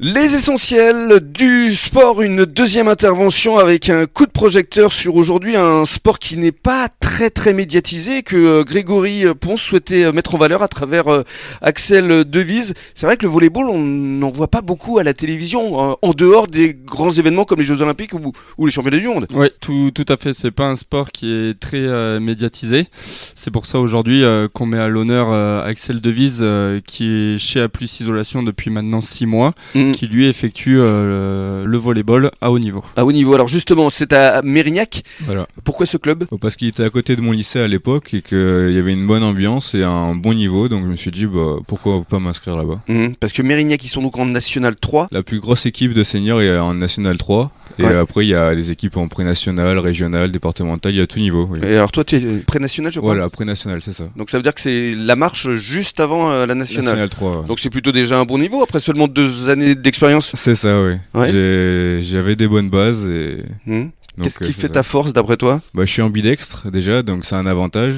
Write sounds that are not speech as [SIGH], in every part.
Les essentiels du sport, une deuxième intervention avec un coup de projecteur sur aujourd'hui un sport qui n'est pas très très médiatisé que euh, Grégory Ponce souhaitait euh, mettre en valeur à travers euh, Axel Devise. C'est vrai que le volleyball, on n'en voit pas beaucoup à la télévision euh, en dehors des grands événements comme les Jeux Olympiques ou, ou les Championnats du Monde. Oui, tout, tout à fait. C'est pas un sport qui est très euh, médiatisé. C'est pour ça aujourd'hui euh, qu'on met à l'honneur euh, Axel Devise, euh, qui est chez A Plus Isolation depuis maintenant 6 mois, Mm. qui lui effectue euh, le volleyball à haut niveau. À haut ah, niveau, alors justement, c'est à Mérignac. Voilà. Pourquoi ce club Bon, Parce qu'il était à côté de mon lycée à l'époque et qu'il y avait une bonne ambiance et un bon niveau, donc je me suis dit bah, pourquoi pas m'inscrire là-bas. Mhm, Parce que Mérignac, ils sont donc en National 3. La plus grosse équipe de seniors est en National 3 et Ouais. après il y a des équipes en pré-national, régional, départemental, il y a tout niveau. oui. Et alors toi, tu es pré-national, je crois. Voilà, pré-national, c'est ça. Donc ça veut dire que c'est la marche juste avant euh, la nationale. National 3. ouais. Donc c'est plutôt déjà un bon niveau après seulement deux années [LAUGHS] d'expérience. C'est ça, oui. Ouais. J'ai- J'avais des bonnes bases et. Hmm. donc, Qu'est-ce euh, qui c'est fait ça. ta force d'après toi Bah, je suis ambidextre déjà, donc c'est un avantage.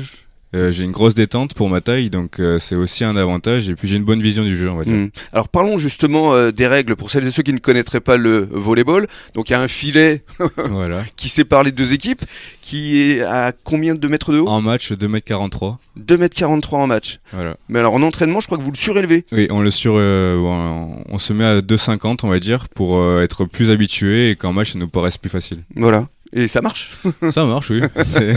Euh, j'ai une grosse détente pour ma taille, donc euh, c'est aussi un avantage. Et puis j'ai une bonne vision du jeu, on va dire. Hmm. Alors parlons justement euh, des règles pour celles et ceux qui ne connaîtraient pas le volleyball. Donc il y a un filet [LAUGHS] voilà. qui sépare les deux équipes qui est à combien de mètres de haut En match, 2m43. 2m43 en match. Voilà. Mais alors en entraînement, je crois que vous le surélevez. Oui, on le sur, euh, on, on se met à 2,50 on va dire pour euh, être plus habitué et qu'en match ça nous paraisse plus facile. Voilà. Et [LAUGHS] ça marche. Ça marche, oui. [LAUGHS] C'est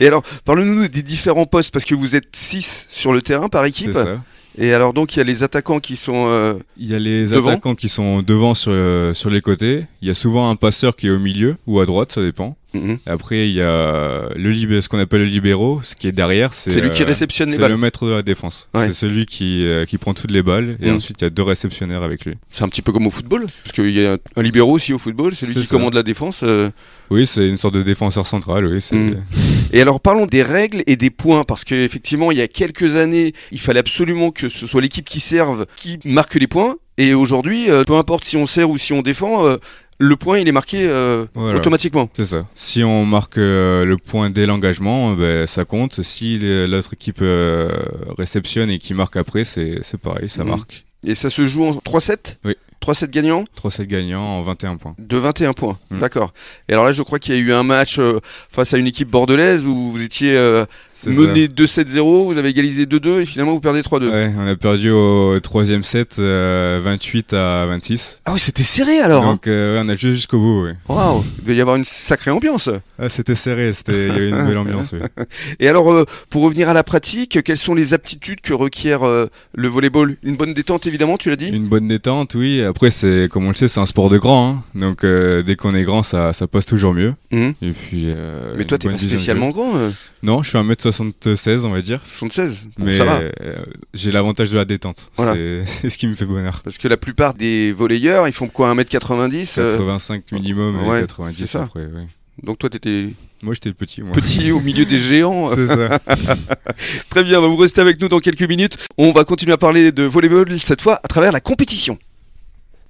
Et alors, parle-nous des différents postes, parce que vous êtes 6 sur le terrain par c'est équipe. ça. Et alors donc, il y a les attaquants qui sont... euh, Il y a les Devant. attaquants qui sont devant sur, euh, sur les côtés. Il y a souvent un passeur qui est au milieu ou à droite, ça dépend. mhm. Après, il y a le lib- ce qu'on appelle le libéro, ce qui est derrière. C'est C'est lui qui euh, réceptionne les C'est balles. le maître de la défense. Ouais. C'est celui qui, euh, qui prend toutes les balles et Mm. ensuite il y a deux réceptionnaires avec lui. C'est un petit peu comme au football, parce qu'il y a un libéraux aussi au football, celui C'est qui ça. commande la défense. euh. Oui, c'est une sorte de défenseur central. Oui, c'est Mm. Et alors parlons des règles et des points, parce qu'effectivement, il y a quelques années, il fallait absolument que ce soit l'équipe qui serve qui marque les points. Et aujourd'hui, euh, peu importe si on sert ou si on défend, euh, le point, il est marqué euh, Voilà. automatiquement. C'est ça. Si on marque euh, le point dès l'engagement, euh, ben, ça compte. Si le- l'autre équipe euh, réceptionne et qui marque après, c'est c'est pareil, ça Mm. marque. Et ça se joue en 3-7 Oui. 3-7 gagnants 3-7 gagnants en 21 points. de 21 points. Mm. D'accord. Et alors là, je crois qu'il y a eu un match euh, face à une équipe bordelaise où vous étiez euh, C'est mené 2-7-0, vous avez égalisé 2-2 et finalement vous perdez 3-2. ça. Ouais, on a perdu au troisième set, euh, 28 à 26. Ah oui, c'était serré alors. hein. Donc euh, ouais, on a joué jusqu'au bout. ouais. Waouh, Hein. il devait y avoir une sacrée ambiance. Ah, c'était serré, c'était- il y avait [LAUGHS] une belle ambiance. oui. Et alors, euh, pour revenir à la pratique, quelles sont les aptitudes que requiert euh, le volleyball Une bonne détente, évidemment, tu l'as dit Une bonne détente, oui. Après, c'est comme on le sait, c'est un sport de grand. hein. Donc euh, dès qu'on est grand, ça, ça passe toujours mieux. Mhm. Et puis. euh, Mais toi, une t'es pas bonne vision de jeu. spécialement grand, euh, Non, je suis 1m76, on va dire. 76, Bon, mais ça va. euh, j'ai l'avantage de la détente. Voilà. C'est- [LAUGHS] C'est ce qui me fait bonheur. Parce que la plupart des volleyeurs, ils font quoi 1m90 euh, 85 minimum et ouais, 90 c'est ça. après. ouais. Donc toi, t'étais Moi j'étais petit, moi. petit au milieu des [LAUGHS] géants. C'est ça. Très bien, bah, vous restez avec nous dans quelques minutes. On va continuer à parler de volleyball, cette fois à travers la compétition.